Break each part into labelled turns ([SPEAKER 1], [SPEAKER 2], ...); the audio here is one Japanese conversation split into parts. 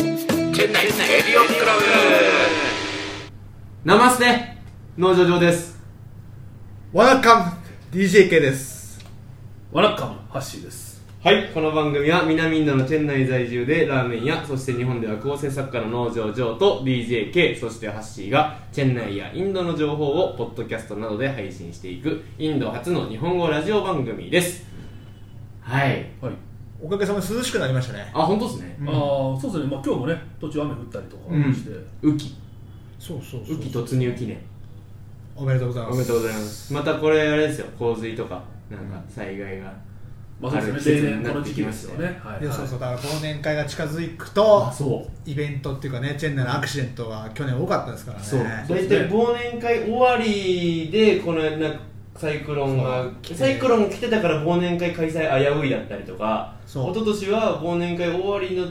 [SPEAKER 1] 店内エリオンクラブ
[SPEAKER 2] ナマステ農場上です
[SPEAKER 3] ワナカム DJK です
[SPEAKER 4] わらかむハッシーです
[SPEAKER 2] はいこの番組は南インドのチェン内在住でラーメン屋そして日本では構成作家の農場上と DJK そしてハッシーがチェン内やインドの情報をポッドキャストなどで配信していくインド初の日本語ラジオ番組ですはい
[SPEAKER 4] はい、
[SPEAKER 3] おかげさまで涼しくなりましたね
[SPEAKER 2] あ本当ですね
[SPEAKER 3] ん
[SPEAKER 4] ああそうですね、まあ、今日もね途中雨降ったりとかして、
[SPEAKER 2] 雨季
[SPEAKER 3] そうそう
[SPEAKER 2] 雨季突入記念
[SPEAKER 3] おめでとうございます
[SPEAKER 2] おめでとうございますまたこれあれですよ洪水とかなんか災害が
[SPEAKER 4] まあそうです
[SPEAKER 2] ある
[SPEAKER 4] ね
[SPEAKER 2] 季節
[SPEAKER 4] 例
[SPEAKER 2] に
[SPEAKER 4] 年こ
[SPEAKER 2] なっ
[SPEAKER 4] の
[SPEAKER 2] て
[SPEAKER 4] 時
[SPEAKER 2] き
[SPEAKER 4] 期
[SPEAKER 2] ま
[SPEAKER 4] で
[SPEAKER 2] し
[SPEAKER 4] す
[SPEAKER 2] た
[SPEAKER 4] よ
[SPEAKER 2] よ
[SPEAKER 4] ねはい
[SPEAKER 3] いやそうそううだから忘年会が近づくと
[SPEAKER 2] そう
[SPEAKER 3] イベントっていうかねチェンナイのアクシデントは去年多かったですからね
[SPEAKER 2] そう
[SPEAKER 4] うですね
[SPEAKER 2] 大体忘年会終わりでこのなんかサイクロンが
[SPEAKER 3] そう
[SPEAKER 2] サイクロン来てたから忘年会開催危ういだったりとか
[SPEAKER 3] そう
[SPEAKER 2] 一昨年は忘年会終わりの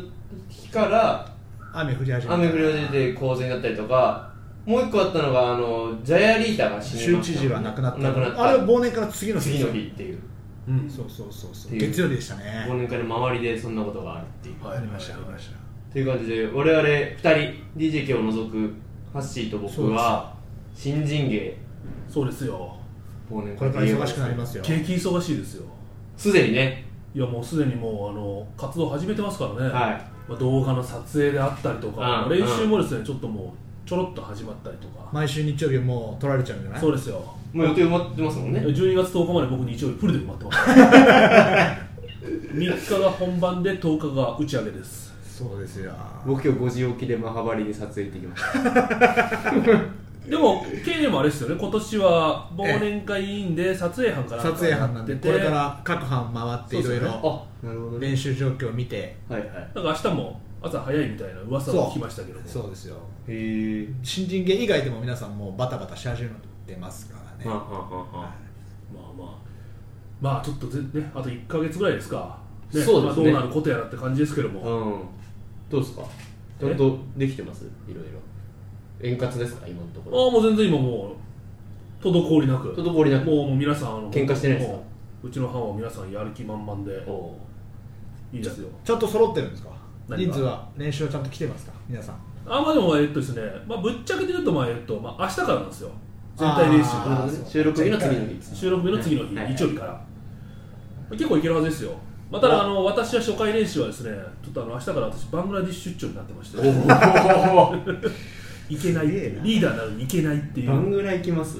[SPEAKER 2] 日から
[SPEAKER 3] 雨降り始めた
[SPEAKER 2] 雨降り始めて洪水になったりとかもう一個あったのがあのジャヤリータが死に
[SPEAKER 3] 州
[SPEAKER 2] ました
[SPEAKER 3] 知事は亡くなった
[SPEAKER 2] 亡くなった
[SPEAKER 3] あれは忘年会の次の日
[SPEAKER 2] 次の日っていう
[SPEAKER 4] うん
[SPEAKER 3] そうそうそうそ
[SPEAKER 2] っ
[SPEAKER 3] う
[SPEAKER 2] ていう
[SPEAKER 3] 月曜日でしたね
[SPEAKER 2] 忘年会の周りでそんなことがあるっていう
[SPEAKER 4] はい
[SPEAKER 3] ありましたありまし
[SPEAKER 2] という感じで我々2人 DJK を除くハッシーと僕は新人芸
[SPEAKER 4] そうですよ
[SPEAKER 2] 忘年
[SPEAKER 3] た
[SPEAKER 2] 会
[SPEAKER 3] これから忙しくなりますよ
[SPEAKER 4] 景気忙しいですよ
[SPEAKER 2] すでにね
[SPEAKER 4] いやもうすでにもうあの活動始めてますからね、
[SPEAKER 2] はい
[SPEAKER 4] まあ、動画の撮影であったりとか、
[SPEAKER 2] うん
[SPEAKER 4] 練習もですね、ちょっともうちょろっと始まったりとか、
[SPEAKER 3] 毎週日曜日はもう取られちゃうんじゃない
[SPEAKER 4] そうですよ
[SPEAKER 2] もう予定埋まってますもんね
[SPEAKER 4] 12月10日まで僕日曜日フルで埋ま ってます3日が本番で10日が打ち上げです
[SPEAKER 3] そうですよ
[SPEAKER 2] 僕今日5時起きでマハバリに撮影行ってきました
[SPEAKER 4] でも K もあれですよね今年は忘年会委員で撮影班から
[SPEAKER 3] 撮影班なんでこれから各班回っていろい
[SPEAKER 4] そう
[SPEAKER 3] ろ
[SPEAKER 2] あなるほど
[SPEAKER 3] 練習状況を見て
[SPEAKER 2] はいはい
[SPEAKER 4] なんか明日も朝早いみたいな噂が来ましたけども
[SPEAKER 3] そうですよ
[SPEAKER 2] へえ
[SPEAKER 3] 新人芸以外でも皆さんもうバタバタし始めてますからね、
[SPEAKER 2] はんはんはんは
[SPEAKER 4] ま
[SPEAKER 2] ん
[SPEAKER 4] あまあまあちょっとぜねあと1か月ぐらいですか、
[SPEAKER 2] そうですね
[SPEAKER 4] まあどうなることやらって感じですけども、
[SPEAKER 2] うんどうですかちゃんとできてますいろいろ円滑ですか今のとこ
[SPEAKER 4] あ
[SPEAKER 2] ろ
[SPEAKER 4] あもう全然今もう滞りなく
[SPEAKER 2] 滞りなく
[SPEAKER 4] もうもう皆さんあの
[SPEAKER 2] 喧嘩してないですか
[SPEAKER 4] もううちの班は皆さんやる気満々で
[SPEAKER 2] おう
[SPEAKER 4] いいですよ
[SPEAKER 3] ちゃんと揃ってるんですか
[SPEAKER 4] 何が
[SPEAKER 3] 人数は練習はちゃんと来てますか皆さん
[SPEAKER 4] あまあでもえっとですね、まあ、ぶっちゃけて言うとまあえっと、まあ、明日からなんですよ全体練習
[SPEAKER 3] あー
[SPEAKER 2] なるほどね収録日の次の日
[SPEAKER 4] 収録日の次の日、
[SPEAKER 2] はいはい
[SPEAKER 4] 日曜日から、結構いけるはずですよ、まあ、ただあの私は初回練習はですねちょっとあの明日から私バングラディッシュ出張になってましていけないっていうリーダーなのにいけないってい
[SPEAKER 2] どん
[SPEAKER 4] う
[SPEAKER 2] ぐらい行きます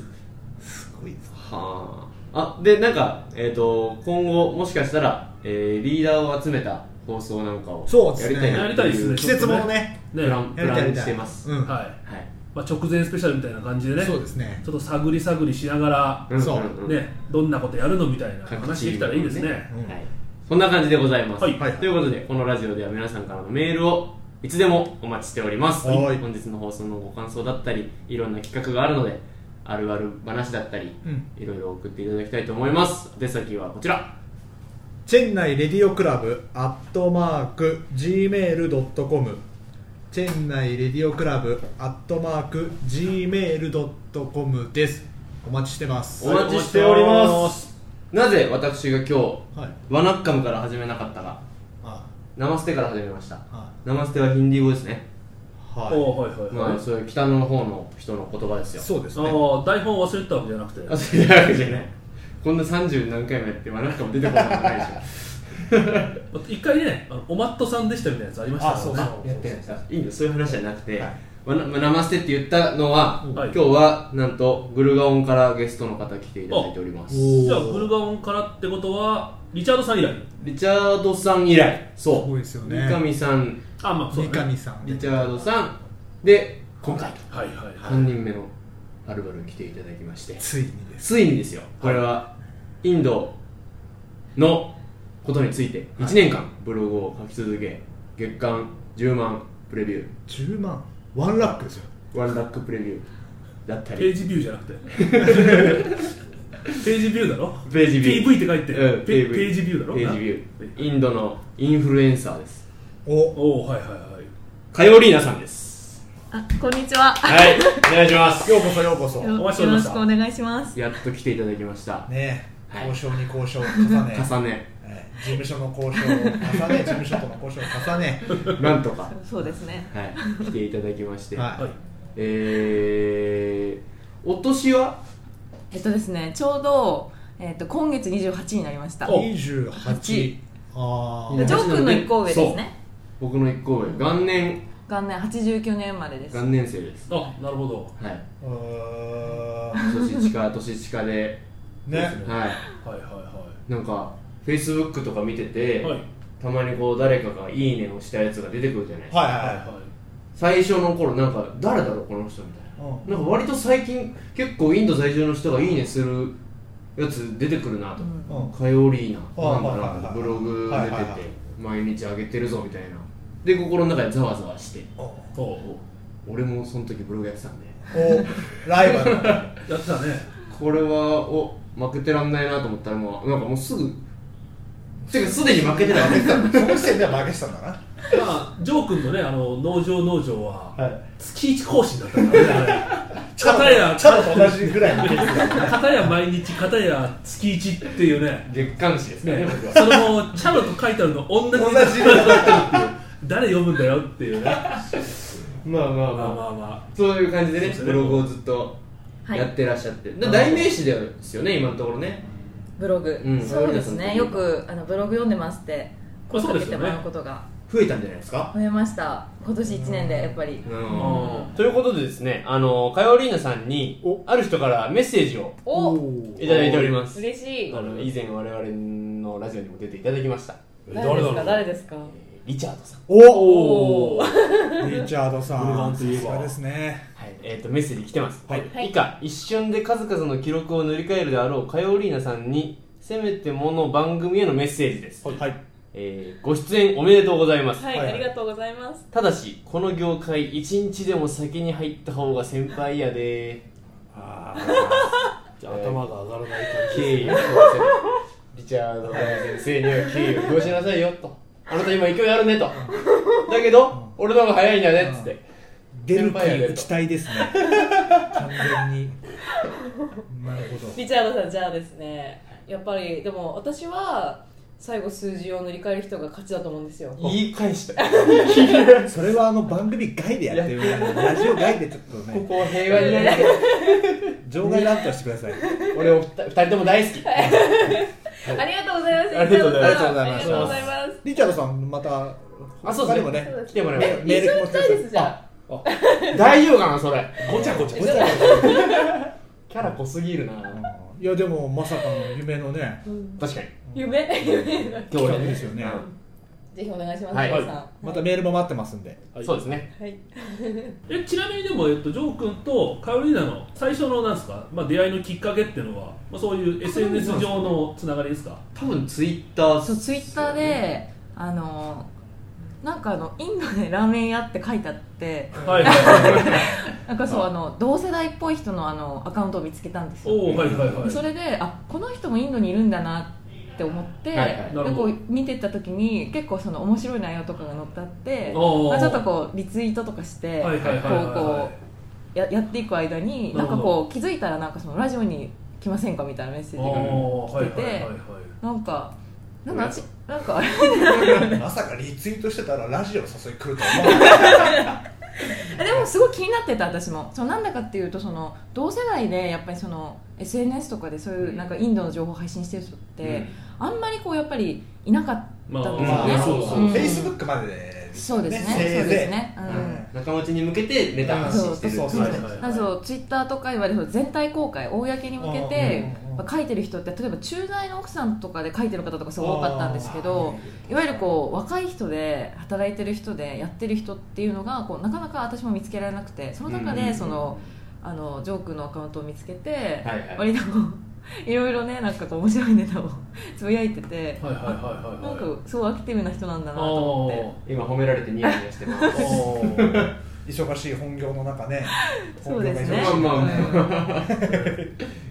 [SPEAKER 3] すごいです
[SPEAKER 2] はああでなんかえっ、と今後もしかしたら、えー、リーダーを集めた放送なんかを
[SPEAKER 3] そうで
[SPEAKER 2] や
[SPEAKER 3] すね
[SPEAKER 2] りたいな
[SPEAKER 4] やりたいですね
[SPEAKER 3] 季節ものね
[SPEAKER 2] プ
[SPEAKER 4] ね
[SPEAKER 2] ランプ
[SPEAKER 3] やりた
[SPEAKER 2] ラ
[SPEAKER 3] いや
[SPEAKER 2] ン
[SPEAKER 3] りたい
[SPEAKER 2] してます、
[SPEAKER 3] うん
[SPEAKER 4] はい
[SPEAKER 2] はい
[SPEAKER 4] まあ、直前スペシャルみたいな感じでね
[SPEAKER 3] そうですね
[SPEAKER 4] ちょっと探り探りしながら、
[SPEAKER 2] ん
[SPEAKER 3] そうん
[SPEAKER 2] ん
[SPEAKER 4] ね、どんなことやるのみたいな話できたらいいですね
[SPEAKER 3] う
[SPEAKER 2] は
[SPEAKER 3] ん
[SPEAKER 2] い、そんな感じでございます、
[SPEAKER 4] はい
[SPEAKER 3] はい
[SPEAKER 2] ということでこのラジオでは皆さんからのメールをいつでもお待ちしております、
[SPEAKER 3] はい
[SPEAKER 2] 本日の放送のご感想だったりいろんな企画があるのであるある話だったり、
[SPEAKER 3] うん
[SPEAKER 2] いろいろ送っていただきたいと思います出先はこちら
[SPEAKER 3] チェンナイレディオクラブアットマーク Gmail.com チェンナイレディオクラブアットマーク Gmail.com ですお待ちしてます
[SPEAKER 2] お
[SPEAKER 3] はい
[SPEAKER 2] 待ちしております
[SPEAKER 4] お待ちして
[SPEAKER 2] なぜ私が今日ワナッカムから始めなかったか
[SPEAKER 3] あ
[SPEAKER 2] ナマステから始めました
[SPEAKER 3] は
[SPEAKER 2] ナマステはヒンディー語ですね
[SPEAKER 3] は
[SPEAKER 4] おーはい
[SPEAKER 3] い
[SPEAKER 4] はいはい、
[SPEAKER 2] まあそういう北の方の人の言葉ですよ
[SPEAKER 3] そうです
[SPEAKER 4] あ
[SPEAKER 3] ね
[SPEAKER 4] ー台本忘れてたわけじゃなくて
[SPEAKER 2] あそういうわけじゃないこんな30何回もやってワナッカム出てこないことないでしょ
[SPEAKER 4] 一回ねあのおまっとさんでしたみたいなやつありましたからね
[SPEAKER 3] あそうそう
[SPEAKER 2] やってないいいのそういう話じゃなくて、
[SPEAKER 3] はい
[SPEAKER 2] わなナマステって言ったのは、
[SPEAKER 4] はい
[SPEAKER 2] 今日はなんとグルガオンからゲストの方来ていただいております
[SPEAKER 3] お
[SPEAKER 4] じゃあブルガオンからってことはリチャードさん以来
[SPEAKER 2] リチャードさん以来そう
[SPEAKER 3] すごいですよね
[SPEAKER 2] 三上さん
[SPEAKER 4] あまあそう
[SPEAKER 3] 三
[SPEAKER 4] だね
[SPEAKER 3] 上さん
[SPEAKER 2] リチャードさんで今回
[SPEAKER 4] はいはいはい
[SPEAKER 2] 3人目のはるばる来ていただきまして
[SPEAKER 3] ついにです
[SPEAKER 2] ついにですよこれはインドのことについて1年間ブログを書き続け月間10万プレビュー
[SPEAKER 3] 10万ワンラックですよ
[SPEAKER 2] ワンラックプレビューだった
[SPEAKER 4] ペ
[SPEAKER 2] り
[SPEAKER 4] ージビューじゃなくて ページビューだろ
[SPEAKER 2] ページビュー
[SPEAKER 4] PV って書いて、
[SPEAKER 2] うん
[SPEAKER 4] ペページビューだろ
[SPEAKER 2] ページビューインドのインフルエンサーです
[SPEAKER 3] お
[SPEAKER 4] おおはいはいはい
[SPEAKER 2] カヨリーナさんです
[SPEAKER 5] あ、こんにちは。
[SPEAKER 2] はいお願いします
[SPEAKER 3] ようこそようこそ
[SPEAKER 5] よ
[SPEAKER 4] お
[SPEAKER 5] ろ
[SPEAKER 4] 待ち
[SPEAKER 5] し
[SPEAKER 4] しており
[SPEAKER 5] くお
[SPEAKER 4] ました
[SPEAKER 5] 願いします。
[SPEAKER 2] やっと来ていただきました
[SPEAKER 3] ねえ
[SPEAKER 2] はい
[SPEAKER 3] 交渉に交渉を重ね
[SPEAKER 2] 重ね
[SPEAKER 3] え事務所の交渉を重 ね事務所との交渉を重ね、
[SPEAKER 2] なんとか、
[SPEAKER 5] そうですね
[SPEAKER 2] はい、来ていただきまして、
[SPEAKER 3] はい
[SPEAKER 4] はい
[SPEAKER 2] えー、お年は
[SPEAKER 5] えっとですねちょうど、えっと、今月28になりました
[SPEAKER 4] お
[SPEAKER 5] ジ
[SPEAKER 3] 28あ
[SPEAKER 2] うん
[SPEAKER 5] ョ
[SPEAKER 3] ー
[SPEAKER 5] ー君の一個上ですね
[SPEAKER 2] 僕の一個上、元年、
[SPEAKER 5] 元年89年生まれです
[SPEAKER 2] 元年生です。
[SPEAKER 4] あなるほど
[SPEAKER 2] はい、
[SPEAKER 3] うーん
[SPEAKER 2] 年 近、年近で、
[SPEAKER 3] ね
[SPEAKER 2] は、
[SPEAKER 4] はいはい
[SPEAKER 2] なんか、フェイスブックとか見て
[SPEAKER 4] い
[SPEAKER 2] て、
[SPEAKER 4] はいはい
[SPEAKER 2] たまにこう誰かが「いいね」をしたやつが出てくるじゃないですか、
[SPEAKER 3] はいはいは、
[SPEAKER 4] は
[SPEAKER 2] 最初の頃なんか誰だろうこの人みたいない
[SPEAKER 3] うん
[SPEAKER 2] なんか割と最近結構インド在住の人が「いいね」するやつ出てくるなと、
[SPEAKER 5] うん
[SPEAKER 3] うん
[SPEAKER 2] カヨリーナ
[SPEAKER 3] あ
[SPEAKER 2] な
[SPEAKER 3] あ
[SPEAKER 2] ん
[SPEAKER 3] はいはい
[SPEAKER 2] だ
[SPEAKER 3] は
[SPEAKER 2] ないブログ
[SPEAKER 3] はい
[SPEAKER 2] 出
[SPEAKER 3] はい
[SPEAKER 2] て
[SPEAKER 3] はい
[SPEAKER 2] て毎日上げてるぞみたいなで心の中でざわざわして
[SPEAKER 3] お
[SPEAKER 4] いおう
[SPEAKER 2] お俺もその時ブログやってたんで
[SPEAKER 3] ライバルだ
[SPEAKER 4] やってたね
[SPEAKER 2] これはお負けてらんないなと思ったらもうなんかもうすぐてかすでに負けてた
[SPEAKER 3] 負けてたのその時点では負けてたんだな
[SPEAKER 4] まあジョー君のねあの農場農場は
[SPEAKER 3] はい
[SPEAKER 4] 月一更新だったからね
[SPEAKER 3] チャ
[SPEAKER 4] 片や
[SPEAKER 3] ロチャロと同じぐらいのペースだ
[SPEAKER 4] あれ片や毎日片や月一っていうね
[SPEAKER 2] 月刊誌ですね
[SPEAKER 4] ね
[SPEAKER 2] 僕は
[SPEAKER 4] それもチャロと書いてあるの同じ
[SPEAKER 3] 同じぐらい
[SPEAKER 4] 誰読むんだよっていうね
[SPEAKER 2] まあまあ
[SPEAKER 4] ま
[SPEAKER 2] ま
[SPEAKER 4] あ
[SPEAKER 2] あ
[SPEAKER 4] まあま
[SPEAKER 2] そういう感じでね
[SPEAKER 4] そうですね
[SPEAKER 2] ブログをずっと
[SPEAKER 5] はい
[SPEAKER 2] やってらっしゃって、で代名詞ですよね今のところね
[SPEAKER 5] ブログ、
[SPEAKER 2] うん
[SPEAKER 5] そうです
[SPEAKER 2] ブロ
[SPEAKER 5] ね
[SPEAKER 2] グ
[SPEAKER 5] よくあのブログ読んでますって
[SPEAKER 4] まあ
[SPEAKER 5] 声
[SPEAKER 4] そう
[SPEAKER 5] か
[SPEAKER 4] で
[SPEAKER 5] け
[SPEAKER 4] す
[SPEAKER 5] て
[SPEAKER 4] よね
[SPEAKER 5] もらうことが
[SPEAKER 2] 増えたんじゃないですか
[SPEAKER 5] 増えました今年1年でやっぱり
[SPEAKER 2] うんということでですねあのカヨリーナさんにある人からメッセージを
[SPEAKER 5] お
[SPEAKER 2] いただいております
[SPEAKER 5] 嬉しい
[SPEAKER 2] あの以前我々のラジオにも出ていただきました
[SPEAKER 5] 誰ですか誰ですか
[SPEAKER 2] えーリチャードさん、
[SPEAKER 3] おお リチャードさ
[SPEAKER 2] ブルガ
[SPEAKER 3] ん
[SPEAKER 2] ンといえば
[SPEAKER 3] さすがですね
[SPEAKER 2] はいえー、とメッセージ来てます、
[SPEAKER 3] はい
[SPEAKER 5] はい
[SPEAKER 2] 以下一瞬で数々の記録を塗り替えるであろうカヨリーナさんにせめてもの番組へのメッセージです、
[SPEAKER 3] はい
[SPEAKER 2] えーご出演おめでとうございます
[SPEAKER 5] はい、
[SPEAKER 3] はい
[SPEAKER 5] ありがとうございます
[SPEAKER 2] ただしこの業界一日でも先に入った方が先輩やで じゃあ頭が上がらない感じ敬意を表せるリチャード大先生には敬意を表しなさいよとあなた今勢いあるね とだけど俺の方が早いんだねっつって
[SPEAKER 3] 出る気期待ですね 完全になるほど
[SPEAKER 5] リチャードさんじゃあですねやっぱりでも私は最後数字を塗り替える人が勝ちだと思うんですよ
[SPEAKER 2] 言い返 した
[SPEAKER 3] それはあの番組外でやってるラジオ外でちょっ
[SPEAKER 2] こ
[SPEAKER 3] とね
[SPEAKER 2] こを平和になりたい
[SPEAKER 3] 場外乱闘してく ださい
[SPEAKER 2] 俺お二人とも大好き
[SPEAKER 5] ありがとうございます
[SPEAKER 2] ありがとうございます
[SPEAKER 5] リチャードさんありがとうございます
[SPEAKER 3] リチャードさんまた
[SPEAKER 2] あそうです
[SPEAKER 3] 他にも
[SPEAKER 2] ね
[SPEAKER 3] ね
[SPEAKER 5] そうです
[SPEAKER 2] 来てもらえ
[SPEAKER 3] メ
[SPEAKER 5] メ
[SPEAKER 3] メ
[SPEAKER 5] ー
[SPEAKER 3] ール来ま
[SPEAKER 5] ル行き
[SPEAKER 3] す
[SPEAKER 5] たいですじゃ
[SPEAKER 2] ば大丈夫かなそれ
[SPEAKER 4] ごちゃごちゃ
[SPEAKER 3] ごちゃごちゃ
[SPEAKER 2] キャラ濃すぎるない
[SPEAKER 3] やでもまさかの夢のね
[SPEAKER 5] あ、うん
[SPEAKER 2] 確かに
[SPEAKER 5] 夢夢
[SPEAKER 2] 今
[SPEAKER 3] 企画ですよね
[SPEAKER 5] ぜひお願いします、
[SPEAKER 2] はい
[SPEAKER 5] 皆さん
[SPEAKER 3] またメールも待ってますんで
[SPEAKER 2] うんそうですね
[SPEAKER 5] はい、
[SPEAKER 4] えちなみにでも、えっと、ジョー君とカヨリーナの最初のなんですか、まあ、出会いのきっかけっていうのは、まあ、そういう SNS 上のつながりですか
[SPEAKER 2] 多分ツイッター
[SPEAKER 5] そうツイッターであのなんかあのインドでラーメン屋って書いてあって
[SPEAKER 4] はいはいはい
[SPEAKER 5] なんかそう
[SPEAKER 4] あ
[SPEAKER 5] あの同世代っぽい人のあのアカウントを見つけたんですよ
[SPEAKER 4] おおはいはいはい
[SPEAKER 5] それであこの人もインドにいるんだなって思って、
[SPEAKER 2] はいはい
[SPEAKER 4] なる
[SPEAKER 5] で
[SPEAKER 4] ほ
[SPEAKER 5] こ
[SPEAKER 4] ど
[SPEAKER 5] う見てた時に結構その面白い内容とかが載ってあって、
[SPEAKER 4] おー
[SPEAKER 5] まあ、ちょっとこうリツイートとかして、
[SPEAKER 4] はいはいはいはいはい
[SPEAKER 5] こうこうややっていく間に
[SPEAKER 4] な
[SPEAKER 5] な
[SPEAKER 4] る
[SPEAKER 5] ん
[SPEAKER 4] ほど
[SPEAKER 5] かこう気づいたらなんかそのラジオに来ませんかみたいなメッセージが
[SPEAKER 4] おーはいはいはいはい
[SPEAKER 5] なんかなんかあちなんかあ れ
[SPEAKER 3] まさかリツイートしてたらラジオの誘い来ると思う
[SPEAKER 5] でもすごい気になってた私もそうなんだかっていうとその同世代でやっぱりその SNS とかでそういうなんかインドの情報を配信してる人って、あんまりこうやっぱりいなかったんですよね、
[SPEAKER 2] まあまあそうそう
[SPEAKER 5] うん
[SPEAKER 3] フェイスブックまでで
[SPEAKER 5] そうですね
[SPEAKER 3] せいぜい
[SPEAKER 5] そうですね、うん
[SPEAKER 2] 仲間内に向けてネタ発
[SPEAKER 5] そ
[SPEAKER 2] 信
[SPEAKER 5] う
[SPEAKER 2] して
[SPEAKER 5] そう
[SPEAKER 2] る
[SPEAKER 5] そう
[SPEAKER 3] そうそう
[SPEAKER 4] はい
[SPEAKER 5] まずツイッターとかいわゆるその全体公開公に向けて
[SPEAKER 3] うんうんうん
[SPEAKER 5] 書いてる人って例えば駐在の奥さんとかで書いてる方とかすごい多かったんですけどいわゆるこう若い人で働いてる人でやってる人っていうのがこうなかなか私も見つけられなくてその中
[SPEAKER 2] うんうんう
[SPEAKER 5] で
[SPEAKER 2] ん
[SPEAKER 5] そのあのジョークのアカウントを見つけて
[SPEAKER 2] はいはい
[SPEAKER 5] 割とこういろいろねなんかこう面白いネタを つぶやいてて
[SPEAKER 4] はいはいはい
[SPEAKER 5] な
[SPEAKER 4] は
[SPEAKER 5] ん
[SPEAKER 4] いはい
[SPEAKER 5] かすごいアクティブな人なんだなと思っ
[SPEAKER 4] お
[SPEAKER 5] て
[SPEAKER 2] 今褒められてニヤニヤし てます
[SPEAKER 4] ーおー
[SPEAKER 3] 忙しい本業の中 ね
[SPEAKER 5] そうですね
[SPEAKER 2] まあまあま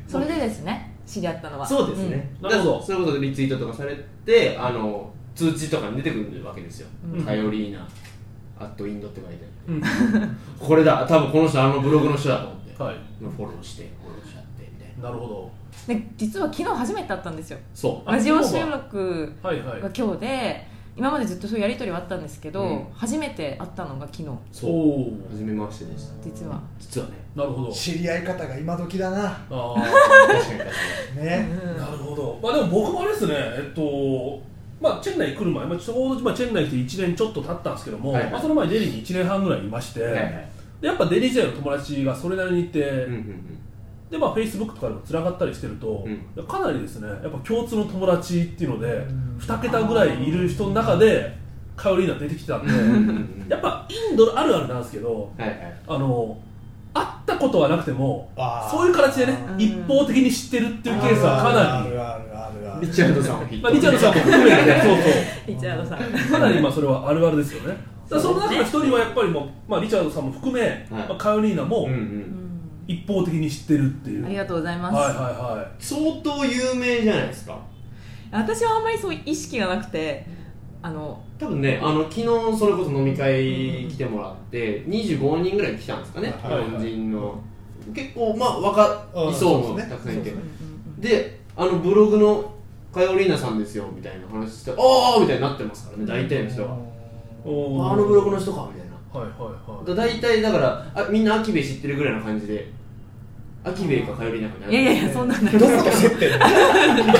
[SPEAKER 5] それでですね知り合ったの
[SPEAKER 2] あ
[SPEAKER 5] は
[SPEAKER 2] そうですね
[SPEAKER 4] うんなるほど
[SPEAKER 2] だからそういうことでリツイートとかされてあの通知とかに出てくるわけですよ
[SPEAKER 5] うん
[SPEAKER 2] カヨリーナアットインドって書いてあ
[SPEAKER 4] うん
[SPEAKER 2] るこれだ多分この人あのブログの人だと思って
[SPEAKER 4] はい
[SPEAKER 2] フォローしてフォローしちゃってみたいな
[SPEAKER 3] なるほど
[SPEAKER 5] で実は昨日初めて会ったんですよ
[SPEAKER 2] そう
[SPEAKER 4] あ
[SPEAKER 5] ラジオ
[SPEAKER 4] そう
[SPEAKER 5] 収
[SPEAKER 4] な
[SPEAKER 5] 録
[SPEAKER 4] はいはい
[SPEAKER 5] が今日で今までずっとそういうやり取りはあったんですけど、
[SPEAKER 2] うん
[SPEAKER 5] 初めて会ったのが昨日
[SPEAKER 4] お
[SPEAKER 2] そう
[SPEAKER 4] お
[SPEAKER 2] 初めましてでした
[SPEAKER 5] 実は、
[SPEAKER 2] 実はね
[SPEAKER 4] なるほど
[SPEAKER 3] 知り合い方が今時だな
[SPEAKER 4] あ
[SPEAKER 2] 確かに確か
[SPEAKER 5] う
[SPEAKER 3] ね
[SPEAKER 4] あ
[SPEAKER 5] ん
[SPEAKER 4] なるほどまあでも僕もあれですねえっとまあ、チェンナイ来る前、まあ、ちょうど、まあ、チェンナイ来て1年ちょっと経ったんですけども、
[SPEAKER 2] はいはい
[SPEAKER 4] まあ、その前デリーに1年半ぐらいいまして、
[SPEAKER 2] にはいはい
[SPEAKER 4] でやっぱデリー時代の友達がそれなりにいて、
[SPEAKER 2] うんうん
[SPEAKER 4] でまあ、フェイスブックとかでもつながったりしてると、
[SPEAKER 2] うん
[SPEAKER 4] かなりですねやっぱ共通の友達っていうので、
[SPEAKER 3] ん
[SPEAKER 4] 2桁ぐらいいる人の中でカヨリーナ出てきて たんで、
[SPEAKER 2] うんうんうん
[SPEAKER 4] やっぱインドのあるあるなんですけど
[SPEAKER 2] はいはい
[SPEAKER 4] あの会ったことはなくても
[SPEAKER 3] あー
[SPEAKER 4] そういう形でね
[SPEAKER 5] うん
[SPEAKER 4] 一方的に知ってるっていうケースはかな
[SPEAKER 3] あ
[SPEAKER 4] り、
[SPEAKER 3] るあるあるあるあ
[SPEAKER 2] リ
[SPEAKER 3] る
[SPEAKER 2] チャードさんを筆頭
[SPEAKER 4] まあ、リチャードさんも含めて ねそ
[SPEAKER 5] リチャードさん
[SPEAKER 4] うそうかなりまあそれはあるあるですよねだからその中の一人はやっぱりもう、まあ、リチャードさんも含め、まあ、カヨリーナも
[SPEAKER 2] うんう
[SPEAKER 5] うんん
[SPEAKER 4] 一方的に知ってるっていう、
[SPEAKER 5] あ
[SPEAKER 4] は
[SPEAKER 5] り
[SPEAKER 4] い
[SPEAKER 5] がとうございます、
[SPEAKER 4] はいはい
[SPEAKER 2] 相当有名じゃないですか
[SPEAKER 5] 私はあんまりそういう意識がなくてあの
[SPEAKER 2] 多分ねあの昨日それこそ飲み会来てもらって25人ぐらい来たんですかね日
[SPEAKER 3] はい
[SPEAKER 4] はい
[SPEAKER 2] 本人の結構まあ若い層
[SPEAKER 3] うんそう
[SPEAKER 2] も
[SPEAKER 3] ですね
[SPEAKER 2] たくさんいて
[SPEAKER 5] うんうん
[SPEAKER 2] であのブログのカヨリーナさんですよみたいな話してああみたいになってますからね大体の人が
[SPEAKER 4] おー
[SPEAKER 2] ああのブログの人かみたいな
[SPEAKER 4] はいはい
[SPEAKER 2] だ大体だからあみんなアキベイ知ってるぐらいの感じでアキベイかカヨリーナかみた
[SPEAKER 5] うんいやいや
[SPEAKER 2] い
[SPEAKER 5] いやそんなんない
[SPEAKER 3] どこが接点 だよ